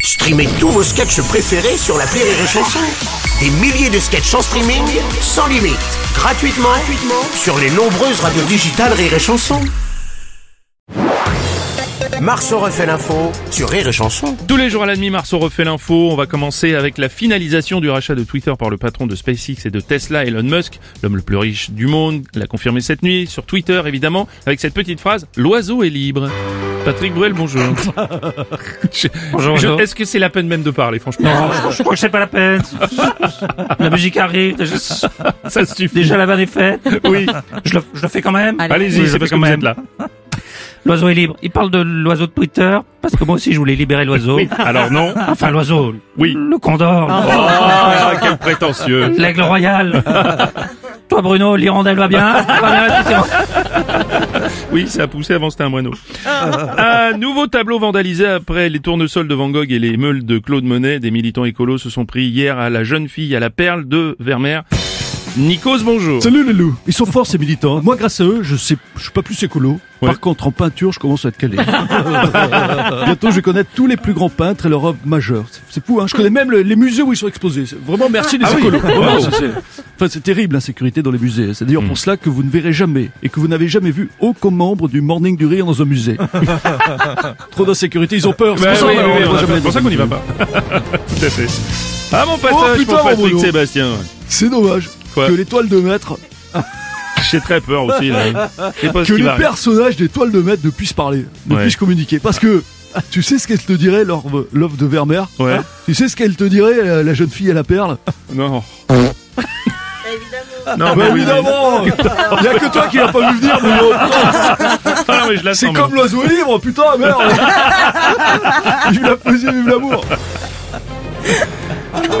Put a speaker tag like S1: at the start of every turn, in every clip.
S1: Streamez tous vos sketchs préférés sur la Rire et Chanson. Des milliers de sketchs en streaming, sans limite, gratuitement, gratuitement sur les nombreuses radios digitales Rire et Chanson. Marceau refait l'info sur Rire et Chanson.
S2: Tous les jours à la demi-mars, on refait l'info. On va commencer avec la finalisation du rachat de Twitter par le patron de SpaceX et de Tesla, Elon Musk, l'homme le plus riche du monde, l'a confirmé cette nuit sur Twitter, évidemment, avec cette petite phrase "L'oiseau est libre". Patrick Bruel, bonjour. Je- je-
S3: Bruno.
S2: Est-ce que c'est la peine même de parler, franchement
S3: Non, Ah, je crois que c'est pas la peine. La musique arrive, déjà,
S2: Ça suffit.
S3: déjà la vanne est faite.
S2: Oui.
S3: Je le, je le fais quand même.
S2: Allez-y,
S3: Oui, je
S2: c'est
S3: le
S2: parce
S3: fais
S2: que
S3: quand
S2: vous
S3: même.
S2: êtes là.
S3: L'oiseau est libre. Il parle de l'oiseau de Twitter, parce que moi aussi je voulais libérer l'oiseau.
S2: Alors non.
S3: Enfin l'oiseau.
S2: Oui.
S3: Le condor.
S2: Ah, quel prétentieux.
S3: L'aigle royal. Toi Bruno, l'hirondelle va bien. Voilà, tu t'es-
S2: Oui, ça a poussé avant, c'était un moineau.
S4: Ah.
S2: Un nouveau tableau vandalisé après les tournesols de Van Gogh et les meules de Claude Monet. Des militants écolos se sont pris hier à la jeune fille à la perle de Vermeer. Nikos, bonjour.
S4: Salut les loups Ils sont forts ces militants. hein. Moi grâce à eux, je sais, je suis pas plus écolo.
S2: Ouais.
S4: Par contre, en peinture, je commence à être calé. Bientôt, je connais tous les plus grands peintres et leurs œuvres majeures. C'est- C'est fou, hein. Je connais même le- les musées où ils sont exposés. C'est- Vraiment, merci les
S2: Ah oui.
S4: écolos. Vraiment,
S2: Wow.
S4: ça, c'est- Enfin, c'est terrible l'insécurité dans les musées. hein. C'est d'ailleurs pour
S2: Hmm.
S4: cela que vous ne verrez jamais et que vous n'avez jamais vu aucun membre du Morning du Rire dans un musée. Trop d'insécurité, ils ont peur. C'est
S2: Bah
S4: pour ça
S2: oui,
S4: qu'on
S2: oui, oui,
S4: va
S2: on a-
S4: jamais
S2: c'est pour
S4: dans
S2: ça
S4: un
S2: qu'on n'y va
S4: musée.
S2: pas. Tout à fait. Ah mon passage
S4: Oh, putain,
S2: pour
S4: mon
S2: Patrick
S4: boulot.
S2: Sébastien.
S4: C'est dommage
S2: Quoi
S4: que l'étoile de maître
S2: J'ai très peur aussi. Là. Je sais pas ce
S4: que
S2: qui
S4: les
S2: va arriver.
S4: personnages des toiles de maître ne puissent parler, ne
S2: Ouais.
S4: puissent communiquer. Parce que, ah, tu sais ce qu'elle te dirait, l'orve- l'œuvre de Vermeer hein
S2: Ouais.
S4: Tu sais ce qu'elle te dirait, la, la jeune fille à la perle
S2: Non. Non, mais
S4: Bah
S2: oui, oui.
S4: évidemment Il a que toi qui l'as pas vu venir, Bruno.
S2: Ah, non, mais je la
S4: C'est
S2: sens,
S4: comme l'oiseau libre, putain, merde Vive la poésie, vive l'amour
S2: maintenant.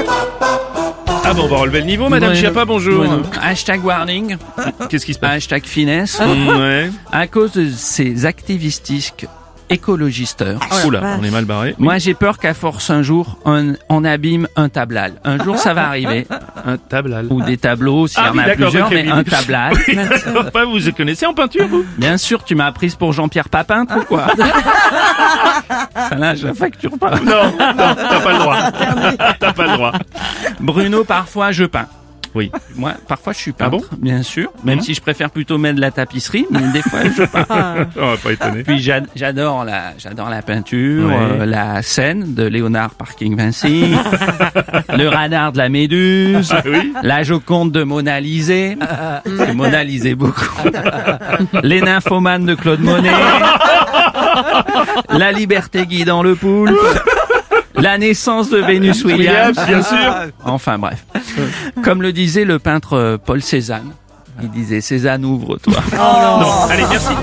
S2: Ah bon, on va relever le niveau, Madame
S5: Ouais.
S2: Chiappa, bonjour.
S5: Bueno. Hashtag warning,
S2: Qu'est-ce qui se passe
S5: hashtag finesse.
S3: Ah.
S2: Ouais.
S5: À cause de ces activistiques écologistes,
S4: Oh,
S2: Oula, on est mal barré.
S5: moi j'ai peur qu'à force un jour, on, on abîme un tablal. Un jour ça va arriver. Un-
S2: Tablal.
S5: ou des tableaux, s'il y
S2: Ah
S5: en
S2: oui,
S5: a
S2: d'accord,
S5: plusieurs,
S2: ok,
S5: mais
S2: oui.
S5: un tablal.
S2: Oui, d'accord. Pas vous vous connaissez en peinture, vous
S5: Bien sûr, tu m'as prise pour Jean-Pierre Papin ou quoi Ça, Là, je la facture pas.
S2: Non, non, t'as pas le droit. T'as pas le droit.
S5: Bruno, parfois je peins.
S2: Oui.
S5: Moi, parfois je suis
S2: Ah Hein
S5: peintre, bien sûr. Même si je préfère plutôt mettre de la tapisserie, mais des fois je peins.
S2: On va pas étonner.
S5: Puis j'a- j'adore la j'adore la peinture,
S2: Ouais.
S5: euh, la scène de Léonard Parking Vinci, le radar de la Méduse,
S2: Ah oui
S5: la Joconde de Mona Lisée, c'est Mona Lisée beaucoup, les nymphomanes de Claude Monet, la liberté guidant le poulpe, la naissance de Vénus Williams,
S2: bien sûr.
S5: enfin bref. Comme le euh, disait le peintre Paul Cézanne, il disait Cézanne ouvre-toi.
S2: Non, allez, merci.